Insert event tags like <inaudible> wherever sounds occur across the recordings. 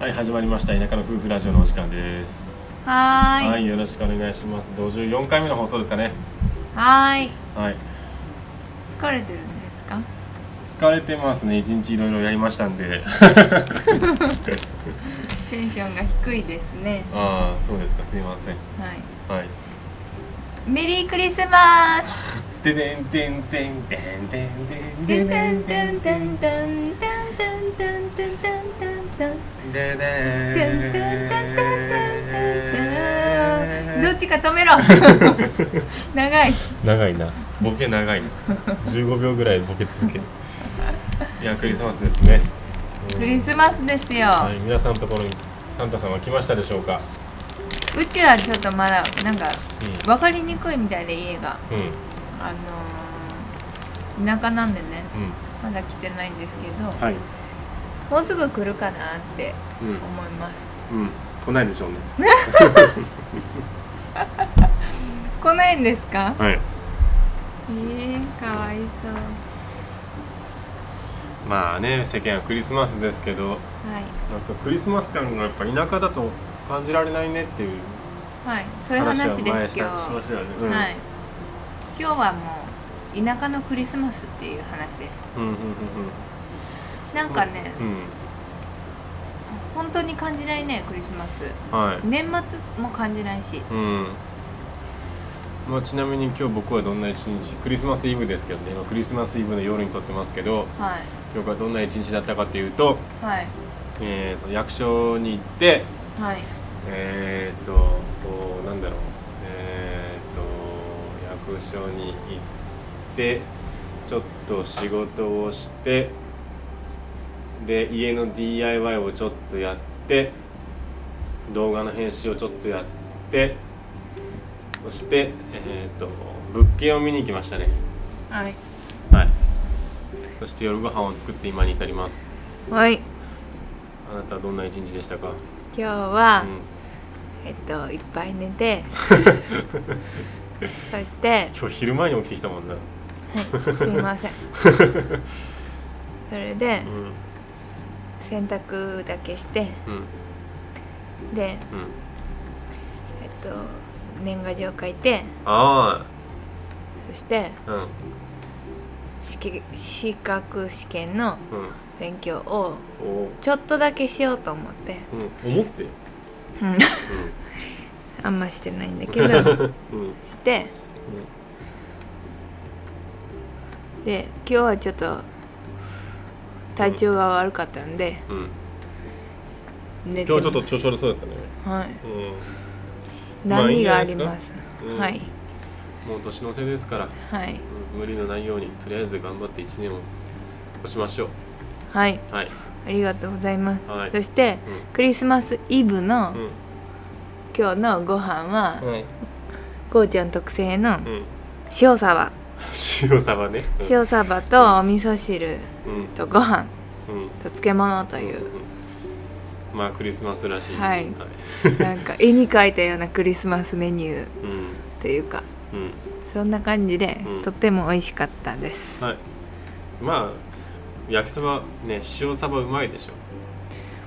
はい始まりました田舎の夫婦ラジオのお時間ですはーい。よろしくお願いします54回目の放送ですかねはーい。はい疲れてるんですか。疲れてますね一日いろいろやりましたんでテンションが低いですね。ああそうですかすいませんはい。はいメリークリスマス。てでんてんてんてんてんてんててんんててんんててんんてんてんてんてんてんてんてんてんてんてんででてんてんてんてんてんてんてんどっちか止めろ。長い。長いなボケ長いな15秒ぐらいボケ続けるいやクリスマスですねうんクリスマスですよ。はい皆さんのところにサンタさんは来ましたでしょうかうちはちょっとまだなんかうわかりにくいみたいで家がんうんあのー、田舎なんでねうんまだ来てないんですけど。はいもうすぐ来るかなってうん思いますうん、来ないでしょうね。来ないんですかはい。えー、かわいそうまあね、世間はクリスマスですけど、はいなんかクリスマス感がやっぱ田舎だと感じられないねっていうはいそういう話は話前でしす今日、たりしましたよね。うんはい今日はもう田舎のクリスマスっていう話ですうんうんうんなんかね、うん。本当に感じないねクリスマスうん。はい。年末も感じないしうん。まあちなみに今日僕はどんな一日、クリスマスイブですけどね、今クリスマスイブの夜に撮ってますけど、は今日がどんな一日だったかっていうと、いはいえーと役所に行って、はいえー、っとこうなんだろうえー、っと役所に行ってちょっと仕事をしてで家の DIY をちょっとやって動画の編集をちょっとやってそしてえー、っと物件を見に行きましたねはいはいそして夜ご飯を作って今に至りますはいあなたはどんな一日でしたか、今日は、うん、えっといっぱい寝 <laughs> てそして今日昼前に起きてきたもんなはい、すい <laughs> ませんそれでうん洗濯だけしてうんでうんえっと年賀状書いてあそしてあうん試験資格試験うのん勉強をおちょっとだけしようと思って、うん思ってうん <laughs> あんましてないんだけどうんうんしてで今日はちょっと体調が悪かったんでうん寝今日てちょっと調子悪そうだったねはい、うまあいいん波じゃがないあでりすかますうんはいんもう年の瀬ですから、はいうん無理のないようにとりあえず頑張って一年を越しましょはい、うはいありがとうございます、はいそして、うクリスマスイブの、ん今日のご飯は、うんはいこうちゃん特製のうん塩サバ、塩サバね塩サバとお味噌汁うんうんとご飯うんと漬物 <laughs> というまあクリスマスらしいはいなんか絵に描いたようなクリスマスメニューうんというかうんそんな感じで、うんとっても美味しかったです、はいまあ焼きそばね塩サバうまいでし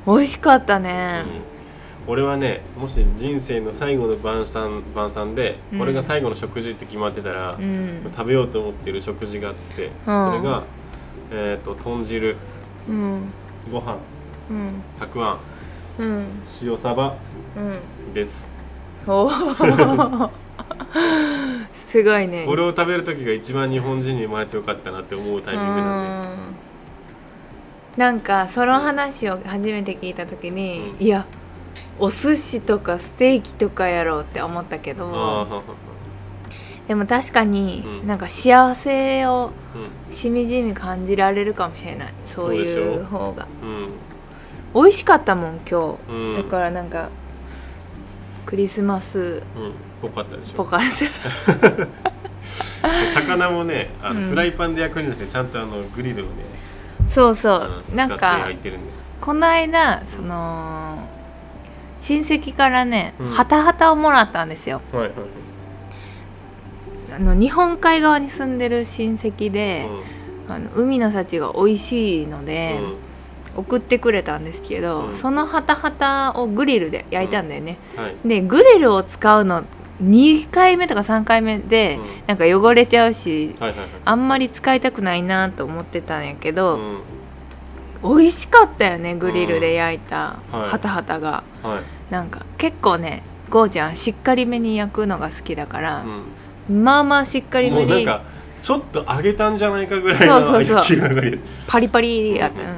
ょ美味しかったね、俺はねもし人生の最後の晩餐晩餐で、うん俺が最後の食事って決まってたら、うん食べようと思ってる食事があって、それが、えー、と豚汁うんご飯うんたくあんうん塩サバうんですおー <laughs> すごいねこれを食べる時が一番日本人に生まれてよかったなって思うタイミングなんですうんなんかその話を初めて聞いた時に、ういやお寿司とかステーキとかやろうって思ったけあどーでも確かに、うんなんか幸せをうしみじみ感じられるかもしれないそうそういでしうょ方がん美味しかったもん今う日、んうだんからなんかクリスマスうんぽかったでしぽょかずで魚もねあの、うんフライパンで焼くんじゃなくてちゃんとあのグリルをね、 <laughs> そうそあのう、なん使ってか焼いてるんですこの間その親戚からね、うんハタハタをもらったんですよはいはいあの日本海側に住んでる親戚はいで、あの海の幸が美味しいので、うん送ってくれたんですけど、うんそのハタハタをグリルで焼いたんだよね、はいでグリルを使うの2回目とか3回目で、うんなんか汚れちゃうしはいはいはいあんまり使いたくないなと思ってたんやけうど、ん美味しかったよねグリルで焼いたうんはいハタハタが、はいなんか結構ねゴーちゃんしっかりめに焼くのが好きだから、うまあまあしっかりんもめうなんにかちょっと揚げたんじゃないかぐらいのそうそうそう焼き上がりパリパリやった、うんうん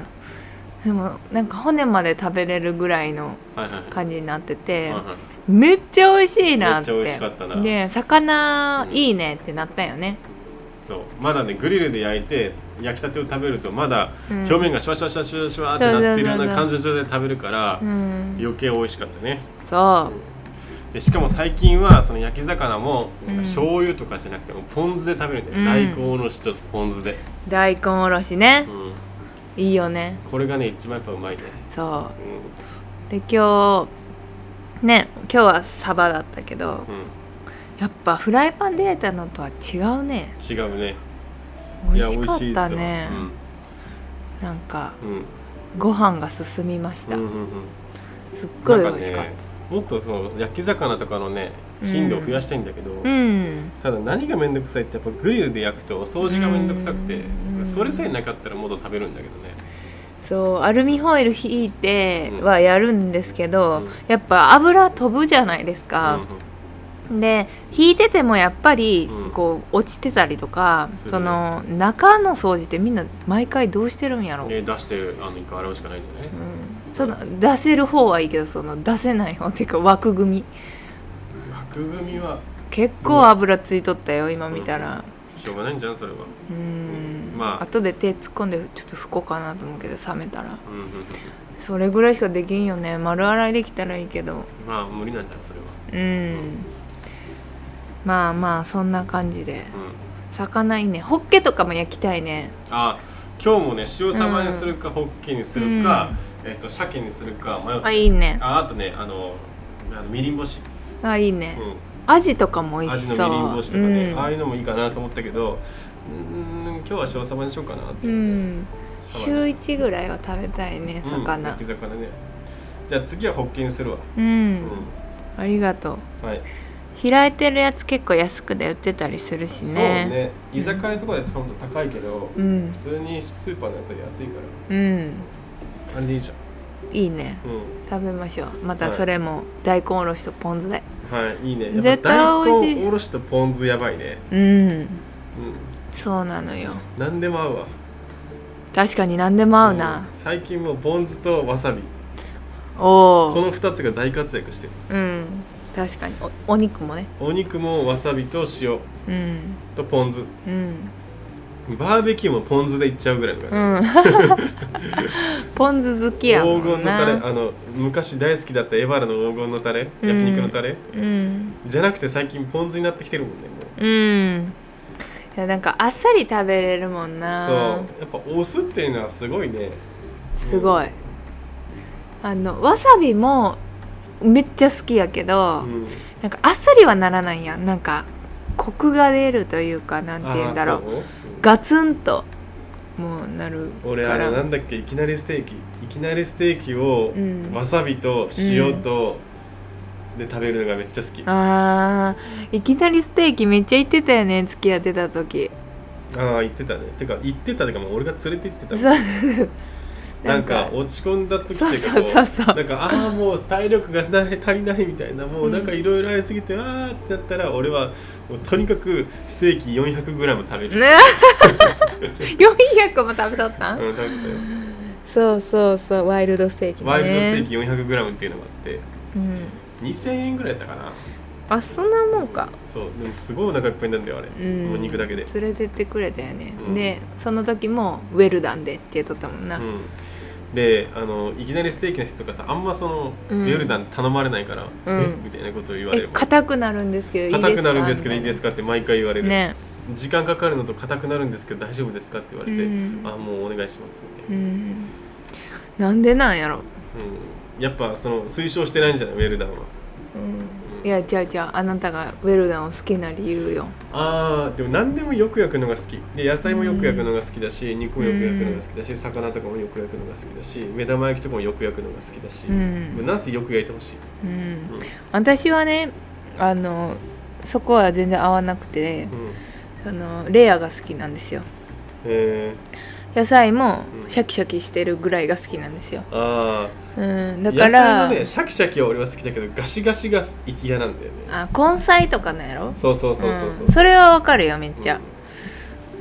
でもなんか骨まで食べれるぐらいのはいはいはい感じになってて、はいはいめっちゃ美味しいなってめっちゃ美味しかったなで魚うんいいねってなったよね、そうまだねグリルで焼いて焼きたてを食べるとまだうん表面がシュワシュワシュワシュワシュワってなってるような感じで食べるからうん、余計美味しかったねそでしかも最近はその焼き魚もなんうかん醤油とかじゃなくてもポン酢で食べるんだよ、うん大根おろしとポン酢で、う大根おろしねう、ん、いいよねこれがね一番やっぱうまいね、そうんうで今日ね今日はサバだったけどうやっぱフライパンで焼いたのとは違うねん、違うね美味しかったいねや、なんか美味しいっご飯が進みましすようんうた、んうんうんすっごいなん美味しかったねもっとその焼き魚とかのねうん頻度を増やしたいんだけど、うんただ何がめんどくさいってやっぱグリルで焼くとお掃除がめんどくさくて、うんそれさえなかったらもっと食べるんだけどねそうアルミホイル引いてうんはやるんですけど、うんやっぱ油飛ぶじゃないですか、で引いててもやっぱりうんこう落ちてたりとか、するその中の掃除ってみんな毎回どうしてるんやろうんう、ね出してるあの一回洗うしかないんだよねう、ん、その出せる方はいいけどその出せない方っていうか枠組み枠組みは結構油ついとったよ今見たらしょうがないんじゃんそれは、うんまあ後で手突っ込んでちょっと拭こうかなと思うけど冷めたらうんうんうん、それぐらいしかできんよね丸洗いできたらいいけどまあ無理なんじゃんそれは、うんまあまあそんな感じでうん、魚いいねホッケとかも焼きたいねあ今日もね塩サバにするか、ホッケにするか、えっと鮭にするか迷ってあいいねああとねあのあのみりん干し、あいいねうアジとかもん、美味味しのそみうりん干しとかね、うんああいうのもいいかなと思ったけどうーん今日は塩サバにしようかなってういう、ん週一ぐらいは食べたいねうん魚焼き魚ねじゃあ次はホッケにするわ、ううん、ありがとうんはい開いてるやつ結構安くで売ってたりするしそうねね居酒屋とかで頼むと高いけど、うん普通にスーパーのやつは安いかうんら感じいいじいいねゃん、うん食べましょうまたはいそれも大根おろしとポン酢ではい、いいね。やっぱ絶対美味しい大根おろしとポン酢やばいね。うんうそうなのよん。なんでも合うわ。確かに何でも合うなうん、最近もうポン酢とわさび。おおこの二つが大活躍してる。うん確かにおお肉もねお肉もわさびと塩うんとポン酢。うんバーベキューもポン酢でいっちゃうぐらいだうからね。ん <laughs> ポン酢好きやも黄金んのタレなあの昔大好きだったエバラの黄金のタレ焼肉のタレ、うんじゃなくて最近ポン酢になってきてるもんねもううんいやなんかあっさり食べれるもんそうなやっぱお酢っていうのはすごいねすごいあのわさびもめっちゃ好きやけど、うんなんかあっさりはならないやんなんかコクが出るというかなんて言うんだろあーうそうガツンともうなるから俺あのなんだっけいきなりステーキいきなりステーキを、うんわさびと塩と、で食べるのがめっちゃ好きああーいきなりステーキめっちゃ行ってたよね付き合ってた時あ言ってたねてか言ってたてかもう俺が連れて行ってたそうも <laughs> んななんんかか落ち込んだ時っていうかそうそうそうそうこなんかああもう体力がない足りないみたいなもうなんかいろいろありすぎて、ああってなったら俺はもうとにかくステーキ 400g 食べる、ね400も食べとったん、うん、食べてたよそうそうそうワイルドステーキねワイルドステーキ 400g っていうのがあってうん2000円ぐらいだったかなあそんなもんかそうでもすごいお腹いっぱいになるんだよあれ、うんもう肉だけで連れてってくれたよね、うんでその時もウェルダンでって言っとったもんな、うん、であのいきなりステーキの人とかさあんまその、うんヨルダン頼まれないから、うんえみたいなことを言われえるもん硬くなるんですけどいいです硬かくなるんですけどいいですかかって毎回言われる、ね時間かかるのと硬くなるんですけど大丈夫ですかって言われて、うんあもうお願いしますみたいうな、んなんでなんやろ、うんやっぱその推奨してないんじゃないウェルダンは、うんうんいや違う違うあなたがウェルダンを好きな理由よあーでも何でもよく焼くのが好きで野菜もよく焼くのが好きだし肉もよく焼くのが好きだし魚とかもよく焼くのが好きだし目玉焼きとかもよく焼くのが好きだし、うんもうなんせよく焼いてほしい、うんうん私はねあのそこは全然合わなくてうんあのレアが好きなんですよえ野菜もうんシャキシャキしてるぐらいが好きなんですよ、ー、あうん、あだから、野菜のねシャキシャキは俺は好きだけどガシガシが嫌なんだよねあ根菜とかのやろそうそうそうそうそう、んそれはわかるよめっちゃ、うん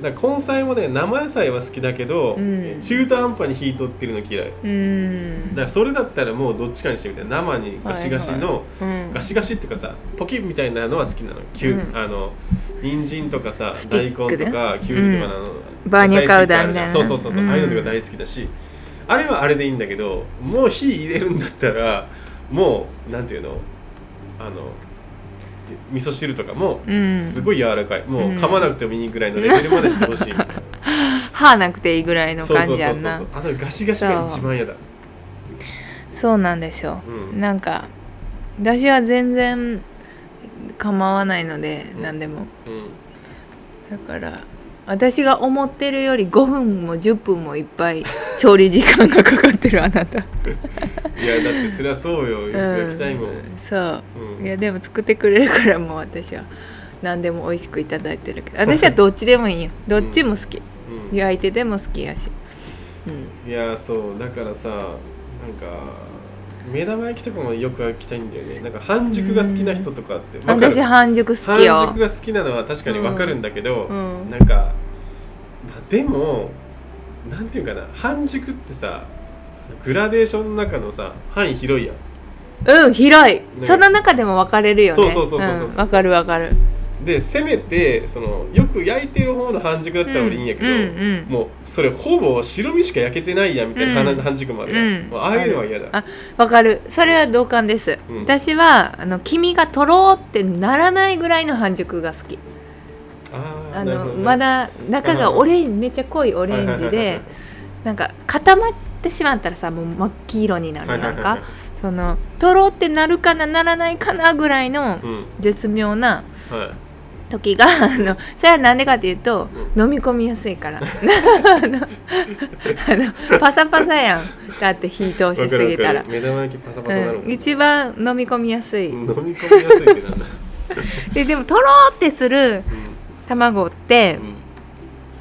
だから根菜もね生野菜は好きだけど、うん中途半端に火通ってるの嫌いだかうーんらそれだったらもうどっちかにしてみたいな生にガシガシの、うんガシガシっていうかさポキみたいなのは好きなのきゅ、うんあの人参とかさステ大ィ根ックでとかきゅうりとかの、バーニャカウ野菜スティックあるじゃダんみたいなそうそうそうそう、うんああいうのとか大好きだしあれはあれでいいんだけどもう火入れるんだったらもうなんていうのあの味噌汁とかもうんすごい柔らかい、もううん噛まなくてもいいぐらいのレベルまでしてほしいみたいな、歯なくていいぐらい <laughs> のそうそ感うじそやうんそうなそそううあのガシガシが一番嫌だなんですよ、うんなんか私は全然構わないので、うん何でもうんだから私が思ってるより5分も10分もいっぱい調理時間がかかってるあなたいやだってそりゃそうよよく焼きたいもん、そううんいやでも作ってくれるからもう私は何でも美味しくいただいてるけど私はどっちでも <laughs> いいよどっちも好きうん焼いてでも好きやしうんいやーそうだからさなんか目玉焼きとかもよく焼きたいんだよねなんか半熟が好きな人とかってわかる私半熟好半熟きよが好きなのは確かにわかるんだけど、うんうんなんか、まあ、でもなんていうかな半熟ってさグラデーションの中のさ範囲広いやんうん広い、ねその中でも分かれるよねそうそうそうそうそうそうん分かる分かるでせめてそのよく焼いてる方の半熟だったら俺いいんやけど、うんうんうんもうそれほぼ白身しか焼けてないやみたいなうん半熟もあるうやん、んもうああいうのは嫌だあ分かるそれは同感です、うん私はあの黄身がとろーってならないぐらいの半熟が好きあーあなるほのどねまだ中がオレンジめっちゃ濃いオレンジでなんか固まってしまったらさもう真っ黄色になるはいはないはんいかそのとろってなるかなならないかなぐらいのうん絶妙なはい時があのそれはなんでかっていうと、飲み込みやすいから <laughs> あのあのパサパサやんだって火通しすぎたわらかるわかる。目玉焼きパサパサなの、うん、一番飲み込みやすい、飲み込みやすいって <laughs> なんだ、ででもとろーってする卵っうてん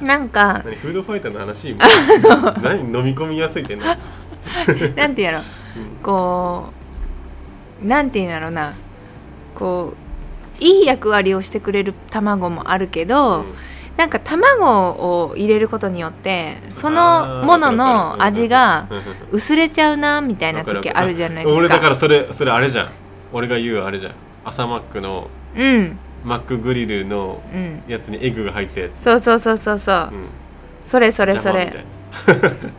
うん、なんか何フードファイターの話今何飲み込みやすいってな、なんていうんやろうんこうなんていうんやろなこういい役割をしてくれる卵もあるけうど、んなんか卵を入れることによってそあーのものの味がうんうん薄れちゃうなみたいなわか時るわかあるるじゃないですか。俺だからそれそれあれじゃん俺が言うあれじゃん朝マックのうんマックグリルのうんやつにエッグが入ったやつ、そうそうそうそうそう、うん、それそそれそみたいれな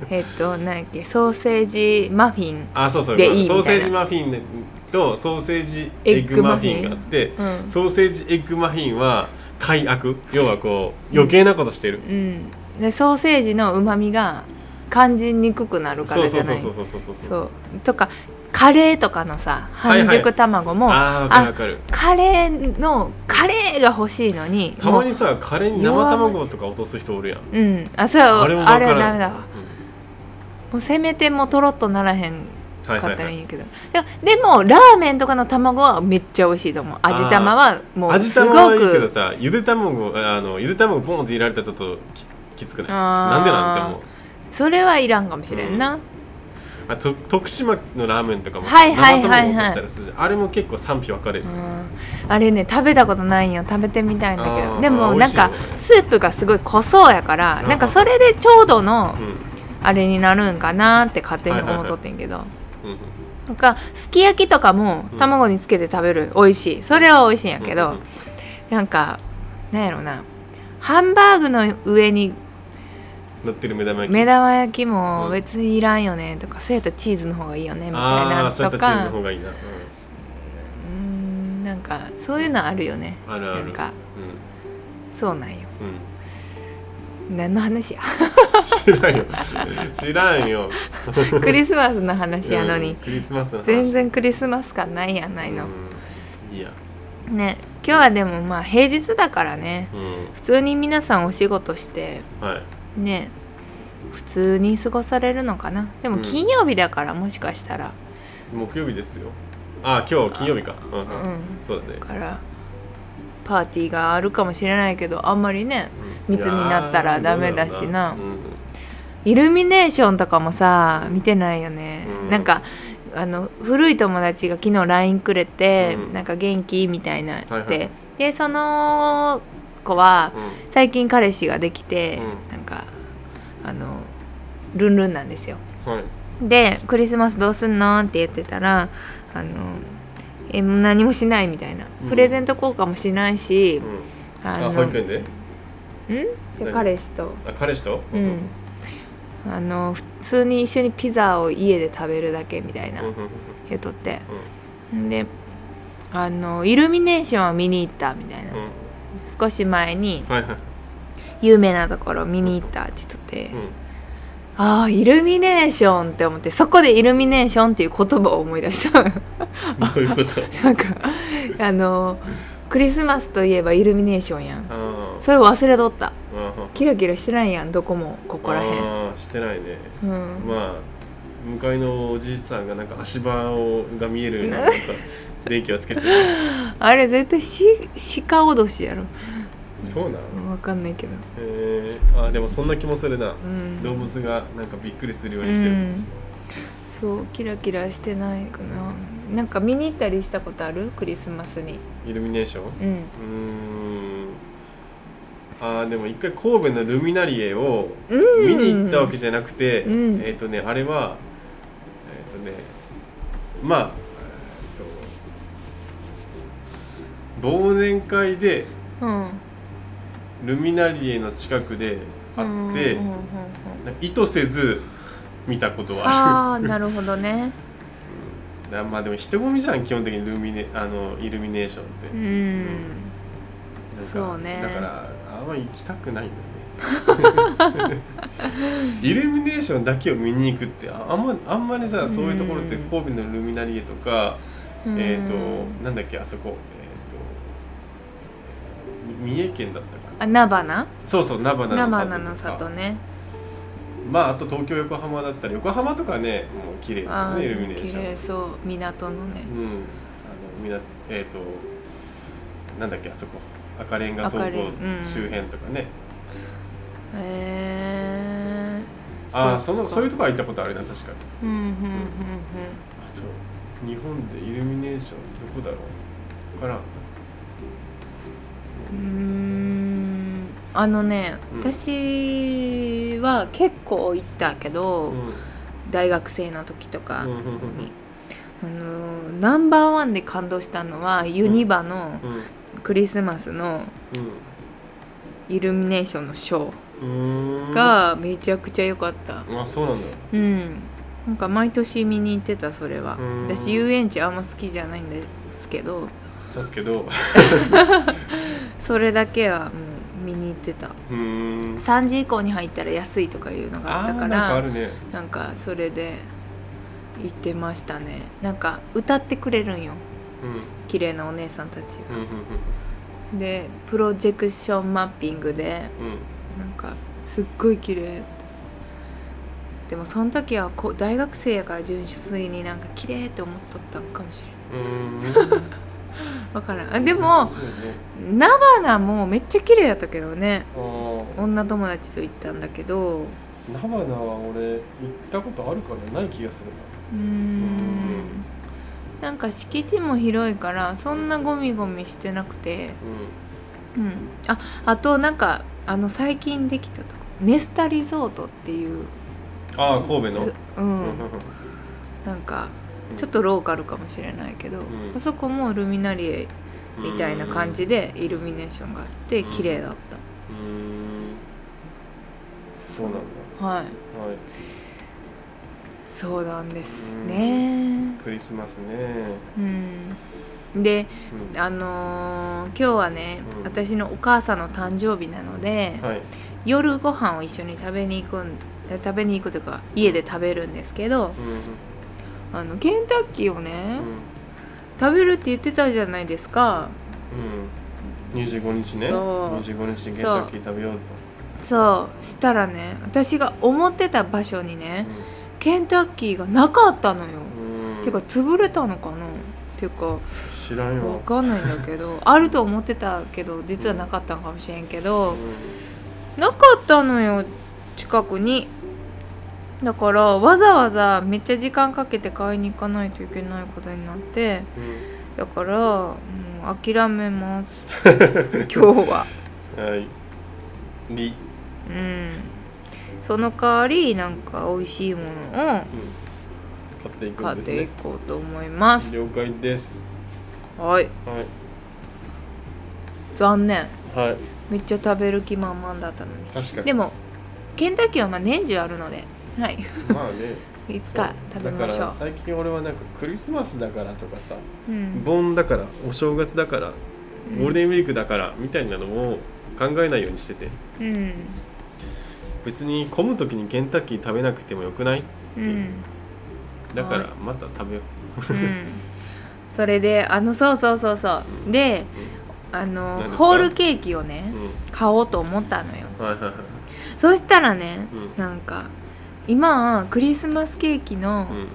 えっと何やっけソーセージマフィン、あそうそうでごめんいいみたいソなーセージマフィンとソーセージエッグマフィンがあってうんソーセージエッグマフィンは快悪要はこう余計なことしてる、うん、でソーセージのうまみが感じにくくなるかそらうじそうゃなそういそうそうそうそうそうとかカレーとかのさはいはい半熟卵も、ああわかるわかるカレーのカレーが欲しいのにたまもにさカレーに生卵とか落とす人おるやんううんあそうああれれもわからんはダメだわうもうせめてもうとろっとならへんんはいかはいったらはいいいけど、でもでもラーメンとかの卵はめっちゃ美味しいと思う味玉はもう味すご玉はいくいけどさゆで卵あのゆで卵ポンって入れられたらちょっとききつくないあーなんでなんて思うそれはいらんかもしれんな、あと徳島のラーメンとかもはいはいはい生卵落としはいたりするじゃんあれも結構賛否分かれるうんあれね食べたことないんよ食べてみたいんだけあどーでもなんか美味しいよねスープがすごい濃そうやからーなんかそれでちょうどのうんあれになるんかなって勝手に思っとってんけどうんうんなんかすき焼きとかもうん卵につけて食べる美味しいそれは美味しいんやけうんどなんかなんやろなハンバーグの上に乗ってる目玉焼き目玉焼きもうん別にいらんよねとかそうやったらチーズの方がいいよねみたいあなあそういとったチーズかの方がいいな、うんうんなんかそういうのあるよねあるあるなんかそうなんようんうん何の <laughs> 話や知らんよ <laughs> 知らんよクリスマスの話やのうんにクリスマスの話全然クリスマス感ないやないのうんいいいやね今日はでもまあ平日だからねうん普通に皆さんお仕事してはいね普通に過ごされるのかなでうもん金曜日だからもしかしたら木曜日ですよあ今日金曜日かうん、ううん、んそうだねだからパーティーがあるかもしれないけどあんまりねうん密になったらダメだしないやーどうだろうイルミネーションとかもさ見てないよね、うんなんかあの古い友達が昨日 LINE くれて、うんなんか元気みたいなって、はいはいでその子はうんうん最近彼氏ができて、うんなんかあのルンルンなんですよはいで「クリスマスどうすんの?」って言ってたら「あのえ何もしない」みたいな、うんプレゼント交換もしないし、うんああの保育園でんで何彼氏と。あ彼氏とうんあの普通に一緒にピザを家で食べるだけみたいなうんうんうん言うとってんであのイルミネーションは見に行ったみたいな、うん少し前にはいはい有名なところ見に行ったって言っとって、うんああイルミネーションって思ってそこでイルミネーションっていう言葉を思い出した <laughs> どういう <laughs> ことなんかあのクリスマスといえばイルミネーションやあんーそれを忘れとったあーキラキラしてないやんどこもここらへんあーしてないねうんまあ向かいのおじいさんがなんか足場をが見えるようになんか電気を <laughs> つけてるあれ絶対し鹿脅しやろそうなん分かんないけどえー、あーでもそんな気もするな、うん動物がなんかびっくりするようにしてるかもしそうキラキラしてないかななんか見に行ったりしたことあるクリスマスれにないイルミネーションううんーんあーでも一回神戸のルミナリエを見に行ったわけじゃなくて、うんえっ、とねあれはえっ、とねまあえーと忘年会でうんルミナリエの近くで会って、うんうんうんうん意図せず見たことは <laughs> ああなるほどねあるなまあでも人混みじゃん基本的にルミネあのイルミネーションって、うん、なんかそうねだからあんまり行きたくないよね <laughs> イルミネーションだけを見に行くってああんまあんまりさそういうところってうん神戸のルミナリエとか、うんえっ、となんだっけあそこえっ、と,、えーとみ三重県だったかなあ菜花そうそう菜花の菜里花のとか里ねまああと東京横浜だったり横浜とかねもう綺麗だよああねイルミネー綺ション麗そう港のねうん、あのみんなえっ、となんだっけあそこ赤レンガ倉庫赤レンうん周辺とかね、へえああそのそういううとこは行ったことあるな確かにうんうんうんあと日本でイルミネーションどこだろうわからんうんうーんあのね、うん私は結構行ったけど、うん大学生の時とかうに、んうんうんあのーナンバーワンで感動したのはユニバのうんクリスマスのイルミネーションのショうんうーーんがめちゃくちゃ良かったあそうなんだうんなんか毎年見に行ってたそれはうん私遊園地あんま好きじゃないんですけどですけどうそれだけはもう見に行ってたーん3時以降に入ったら安いとかいうのがあっあたーかなんからあるねなんかそれで行ってましたねなんか歌ってくれるんようんうん綺麗なお姉さんたちうんがでプロジェクションマッピングでうんうんなんかすっごい綺麗でもその時はこう大学生やから純粋になんか綺麗って思っとったのかもしれないうーんわからんあでも <laughs> そうね菜花もめっちゃ綺麗やったけどねあー女友達と行ったんだけどう菜花は俺行ったことあるからない気がするーんなんか敷地も広いからそんなゴミゴミしてなくてなうんああとなんかあの最近できたとこネスタリゾートっていううん、ああ神戸の、うんなんかちょっとローカルかもしれないけど、んあそこもルミナリエみたいな感じででイルミネーションがあってうん綺麗だっうんそうなんだた、はいはいそうなんですねクリスマスね、うんでうんあのー今日はね、うん私のお母さんの誕生日なので、はい夜ご飯を一緒に食べに行くん食べに行くというか家で食べるんですけどうんあのケンタッキーをね、うん食べるって言ってたじゃないですかうん25日ねそう25日ケンタッキー食べようとそうしたらね私が思ってた場所にねうケンタッキーがなかったのよ、んうんてか潰れたのかなていうか知らんわよかんないんだけどあると思ってたけど実はなかったのかもしれんけど、うなかったのよ近くにだからわざわざめっちゃ時間かけて買いに行かないといけないことになってんうんだからもう諦めます <laughs> 今日ははい。り。うんその代わりなんか美味しいものをうん。買っていく買んっですていね。こうと思います了解です。ははいい。残念はい。めっちゃ食べる気満々だったのに確かに。でもケンタッキーはまあ年中あるのではいまあ <laughs> ね。いつか食べまだしかょうら最近俺はなんかクリスマスだからとかさ、うん盆だから、お正月だから、うんゴールデンウィークだからみたいなのを考えないようにしてて、うん別に混む時にケンタッキー食べなくてもよくない？ういうんだかはらまた食べようんそれであのそうそうそうそう、うんでう。あの何ですかホールケーキをね、うん。うん買おうと思ったのよはいはいはい。そしたらね、うんなんか今クリスマスケーキのうん。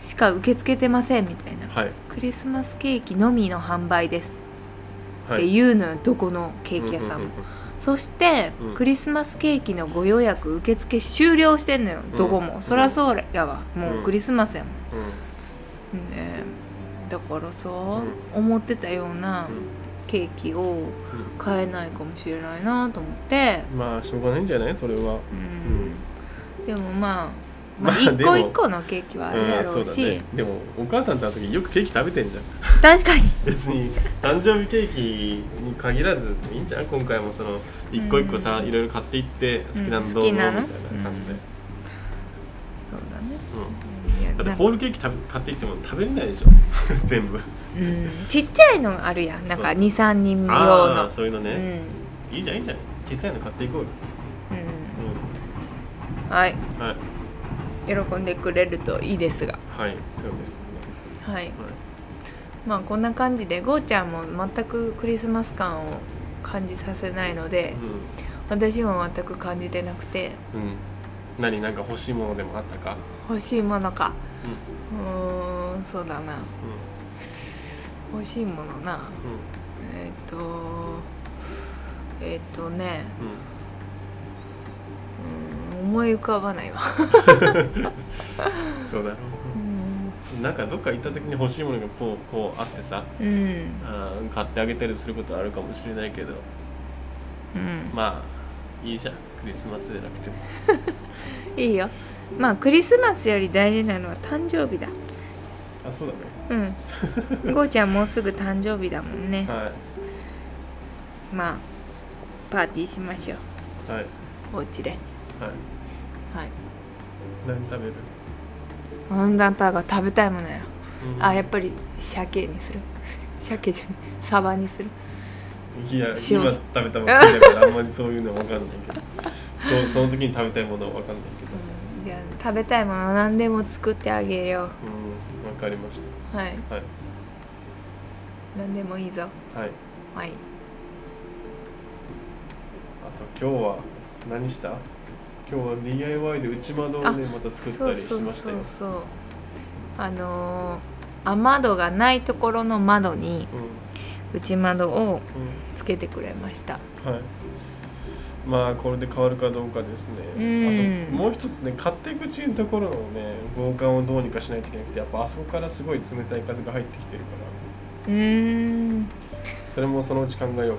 しか受け付けてませんみたいな、はい。クリスマスケーキのみの販売ですっはてい。いうのよ、どこのケーキ屋さんも、うんうんそして、うんクリスマスケーキのご予約受付終了してんのよどこも、うんそりゃそうやわもううんクリスマスやもんうんうんねだからさ、ん思ってたようなケーキをうん買えないかもしれないなと思って、うんまあしょうがないんじゃない？それは。うんでもまあ、ままああ、一でも個一個のケーキはあれだろうし、ね、でもお母さんと会う時よくケーキ食べてんじゃん確かに別に誕生日ケーキに限らずいいんじゃん今回もその一個一個さ、うんいろいろ買っていって好きなのどうぞ好みきたないなの感じで、そうだねういやん、だってなんかホールケーキ食べ買っていっても食べれないでしょ全部うん、ちっちゃいのあるやんなんそかうそう23人用あのあそういうのうん、うね、いいじゃんいいじゃん小さいの買っていこうよ、んうはいん、はい喜んでくれるといいですがはいそうですね、はいはい、まあこんな感じでゴーちゃんも全くクリスマス感を感じさせないので、私も全く感じてなくてうん、うん、何なんか欲しいものでもあったか欲しいものかうんうーんそうだな欲しいものなうえっ、とえっ、とねんうんうんうーん思い浮かばないわそうだろうう、ん、なんかどっか行った時に欲しいものがこうこうあってさうんあー買ってあげたりすることあるかもしれないけどまあいいじゃんクリスマスじゃなくてもいいよまあクリスマスより大事なのは誕生日だあそうだねうん <laughs> ゴーちゃんもうすぐ誕生日だもんねはまあパーティーしましょういはいお家ではいはい何食べる、あんたが食べたいものやうんあやっぱり鮭にする <laughs> 鮭じゃねサバにするいや今塩食べたばっかりだからあんまりそういうの分かんないけどそうその時に食べたいものは分かんないけどうんじゃあ食べたいもの何でも作ってあげようん分かりましうはいたはい何でもいいぞはいはいあと今日は何した今日は DIY で内窓をねまた作ったりしましたよそうそうそうそうあのー、雨窓がないところの窓に内窓をうんうんつけてくれましたはい。まあこれで変わるかどうかですね。うんあともう一つね勝手口のところのね防寒をどうにかしないといけなくてやっぱあそこからすごい冷たい風が入ってきてるからうーんなそれもそのうち考えようかなと思っ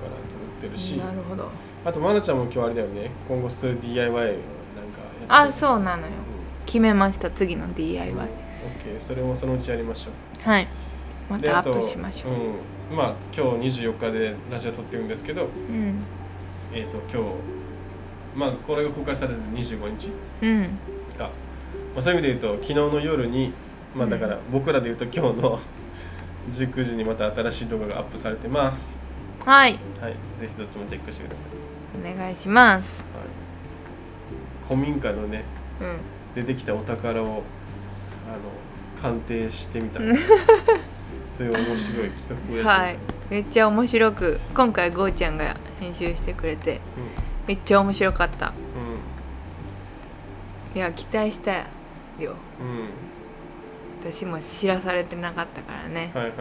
てるしるほどあと愛菜ちゃんも今日あれだよね今後する DIY をなんかやあってそうなのよ決めました次の DIY オッケーそれもそのうちやりましょう。はいまでたあアとップしましょう、うん、まあ今日24日でラジオ撮ってるんですけど、うんえっ、と今日まあこれが公開される25日。うんか、まあ、そういう意味で言うと昨日の夜にまあだから僕らで言うと今日の <laughs> 19時にまた新しい動画がアップされてますはいはいぜひどっちもチェックしてください、お願いしますはい、古民家のねうん <laughs> 出てきたお宝をあの鑑定してみたそそういう面白い企画をはやっていみためっちゃ面白く今回ゴーちゃんが編集してくれてめっちゃ面白かったいや期待したようんうんうん私も知らされてなかったからね、はいはい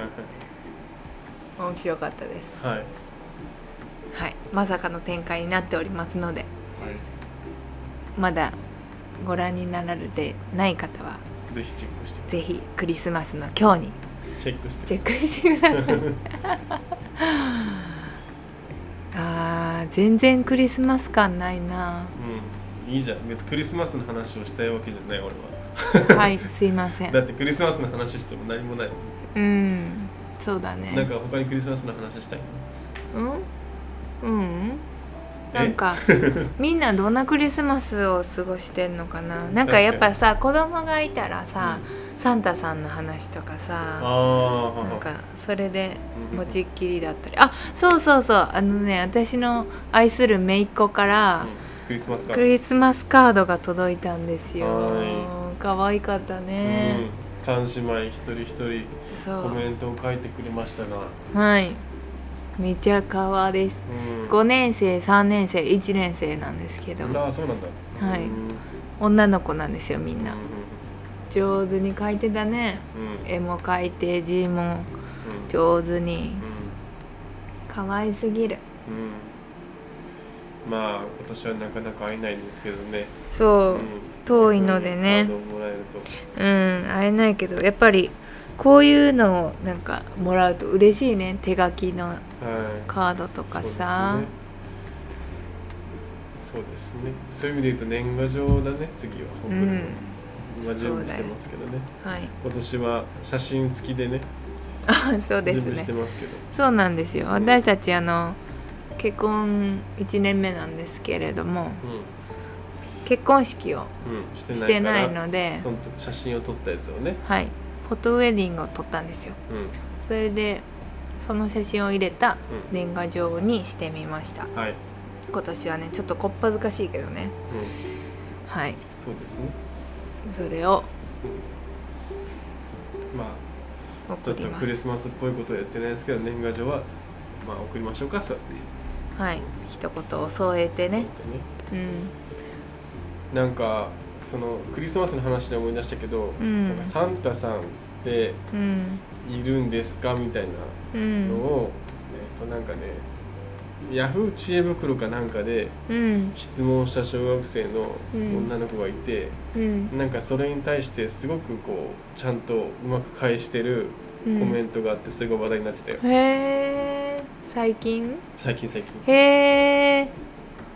面白かったですはいはいはいはいまさかの展開になっておりますのでまだご覧になられてない方はぜひチェックしてぜひクリスマスの今日にチェックしてチェックしてくだ <laughs> さいあー全然クリスマス感ないなうんいいじゃん別にクリスマスの話をしたいわけじゃない俺ははいすいませだんってクリスマスの話しても何もないうんそうだねなんか他にクリスマスの話したいうんうんなんかみんなどんなクリスマスを過ごしてんのかななんかやっぱさ子供がいたらさ、サンタさんの話とかさああなんかそれでうん持ちっきりだったりあそうそうそうあのね私の愛する姪っ子かうらんクリスマスかクリスマスカードが届いたんですよは可愛かったうんね、三姉妹一人一人そコうメントを書いてくれましたが、はいめちゃ可愛いですうん、 5年生3年生1年生なんですけどああそうなんだはういん女の子なんですよみんなうん上手に描いてたねうんうん絵も描いて字もうん上手にう可愛すぎるんうんまあ今年はなかなか会えないんですけどね、、そううん遠いのでこういうカねードをもらえるとうん会えないけどやっぱりこういうのをなんかもらうと嬉しいね手書きのはいカードとかさそうですねそうですねそういう意味で言うと年賀状だね次は送るの、うん今準備してますけどねはい今年は写真付きでねあ <laughs> そうで準す備してねますけどそうなんですよ私たちあの結婚1年目なんですけれども結婚式をうん、うん、してしてなないいからのでその写真を撮ったやつをねはいフォトウェディングを撮ったんですようそれでその写真を入れたうん年賀状にしてみましたんはい、うん、今年はねちょっとこっぱずかしいけどねはいそうですねそれをまあちょ送っりとまクリすスマスっぽいことはやってないですけど年賀状はまあ送りましょうかそうやっはい一言を添えててねそうやってねうんなんかそのクリスマスの話で思い出したけど、うんなんかサンタさんってうんいるんですかみたいなうのんを、えっとなんかねヤフー知恵袋かなんかでうん質問した小学生の女の子がいて、うんなんかそれに対してすごくこうちゃんとうまく返してるうコメんントがあってそれが話題になってたよ、へえ最近最近最近へえ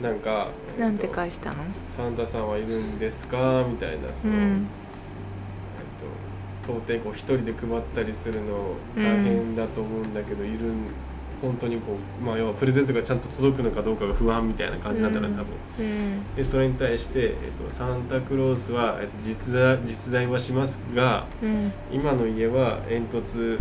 なんか、えっとなんて返したのサンタさんはいるんですか?」みたいなうその、んえっと、到底こう一人で配ったりするの大変だと思うんだけど、いるん本当にこう、まあ、要はプレゼントがちゃんと届くのかどうかが不安みたいな感じなんだな、うん多分うんでそれに対して、えっと、サンタクロースは、えっと、実在実在はしますがうん今の家は煙突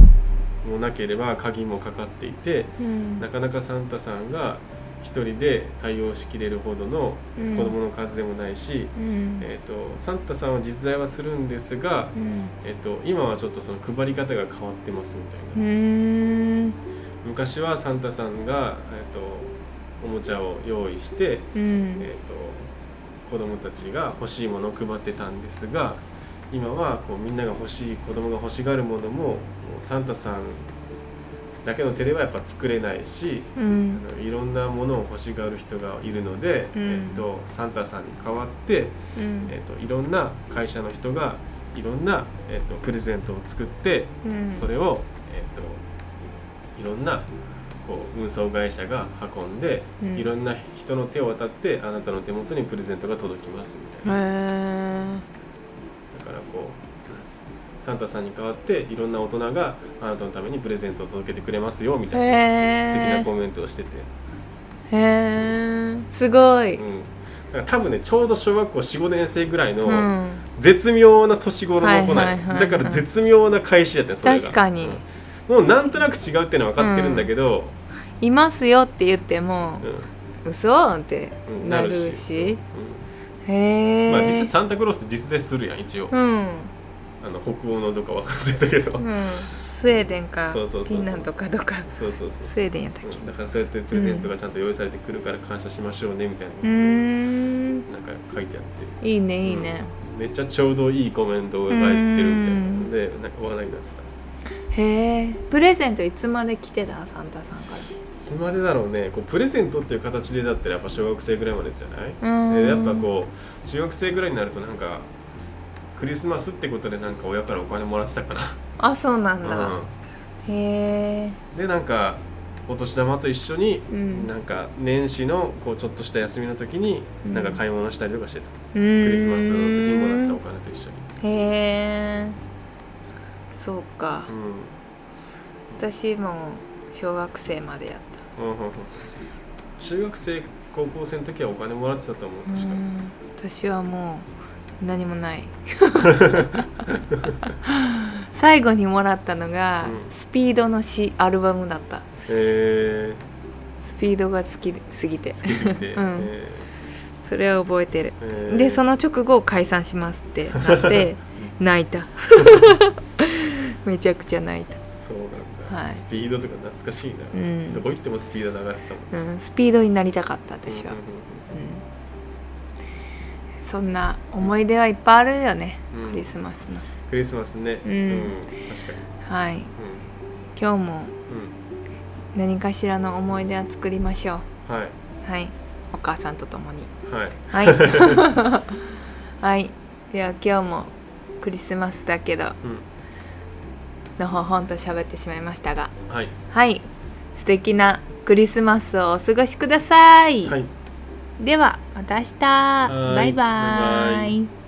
もなければ鍵もかかっていてうんなかなかサンタさんが一人で対応しきれるほどの子供の数でもないし、うんえっと、サンタさんは実在はするんですが、うんえっと、今はちょっとその配り方が変わってますみたいな、うん昔はサンタさんが、えっと、おもちゃを用意して、うんえっと、子供たちが欲しいものを配ってたんですが今はこうみんなが欲しい子供が欲しがるものももうサンタさんだけの手ではやっぱ作れないし、うんあのいろんなものを欲しがる人がいるので、うんえっと、サンタさんに代わってうんえっといろんな会社の人がいろんな、えっとプレゼントを作って、うんそれを、えっといろんなこう運送会社が運んで、うんいろんな人の手を渡ってあなたの手元にプレゼントが届きますみたいな、へーだからこうサンタさんに代わっていろんな大人があなたのためにプレゼントを届けてくれますよみたいな、へー素敵なコメントをしてて、へーすごい、ううんん、だから多分ねちょうど小学校45年生ぐらいの、うん絶妙な年頃の子なはんいはいよはいはいだから絶妙な返しやったよそれが確かにうんもうなんとなく違うっていうのは分かってるんだけど、いますよって言ってもうん、嘘ってうんななるるしし,、へうえ、んまあ実際サンタクロースって実在するやん一応うん、あの北欧のどっか分かんないんだけど、うん、スウェーデンかフそうそうそうそうィンランドかどっかそうそうそうスウェーデンやったっけうんだからそうやってプレゼントがちゃんと用意されてくるから感謝しましょうねみたいなうーんなんか書いてあっていいねいいね、めっちゃちょうどいいコメントが入ってるみたいなうんでなんか話題になってたいへえプレゼントいつまで来てたサンタさんかつまでだろうねこうプレゼントっていう形でだったらやっぱ小学生ぐらいまでじゃないらでやっぱこう中学生ぐらいになるとなんかクリスマスってことでなんか親からお金もらってたかうあそうなんだ、な、へえうん、でなんかお年玉と一緒にうんなんか年始のこうちょっとした休みの時にうんなんか買い物したりとかしてた、ククリスマスの時にもらったお金と一緒に、へえそうか、う私も小学生までやっんうんうんうん、中学生高校生の時はお金もらってたと思うた確かに、うん私はもう何もない <laughs> 最後にもらったのが、うんスピードのしアルバムだったえスピードが好きすぎてー、好きすぎて、うんえそれは覚えてるーえーでその直後解散しますってなって泣いた <laughs> めちゃくちゃ泣いた、そうなんだ、はいスピードとか懐かしいな、うんどこ行ってもスピード流れてたもんうん、スピードになりたかった私うは、んうんそんな思い出はいっぱいあるよね、うんクリスマスのクリスマスね、うん確かにはい今日も何かしらの思い出は作りましょうん、うん、はいうはいお母さんと共にはいはいはい <laughs> では今日もクリスマスだけどうのほほんと喋ってしまいましたがんはいはい素敵なクリスマスをお過ごしください、はいではまた明日いバイババイバイ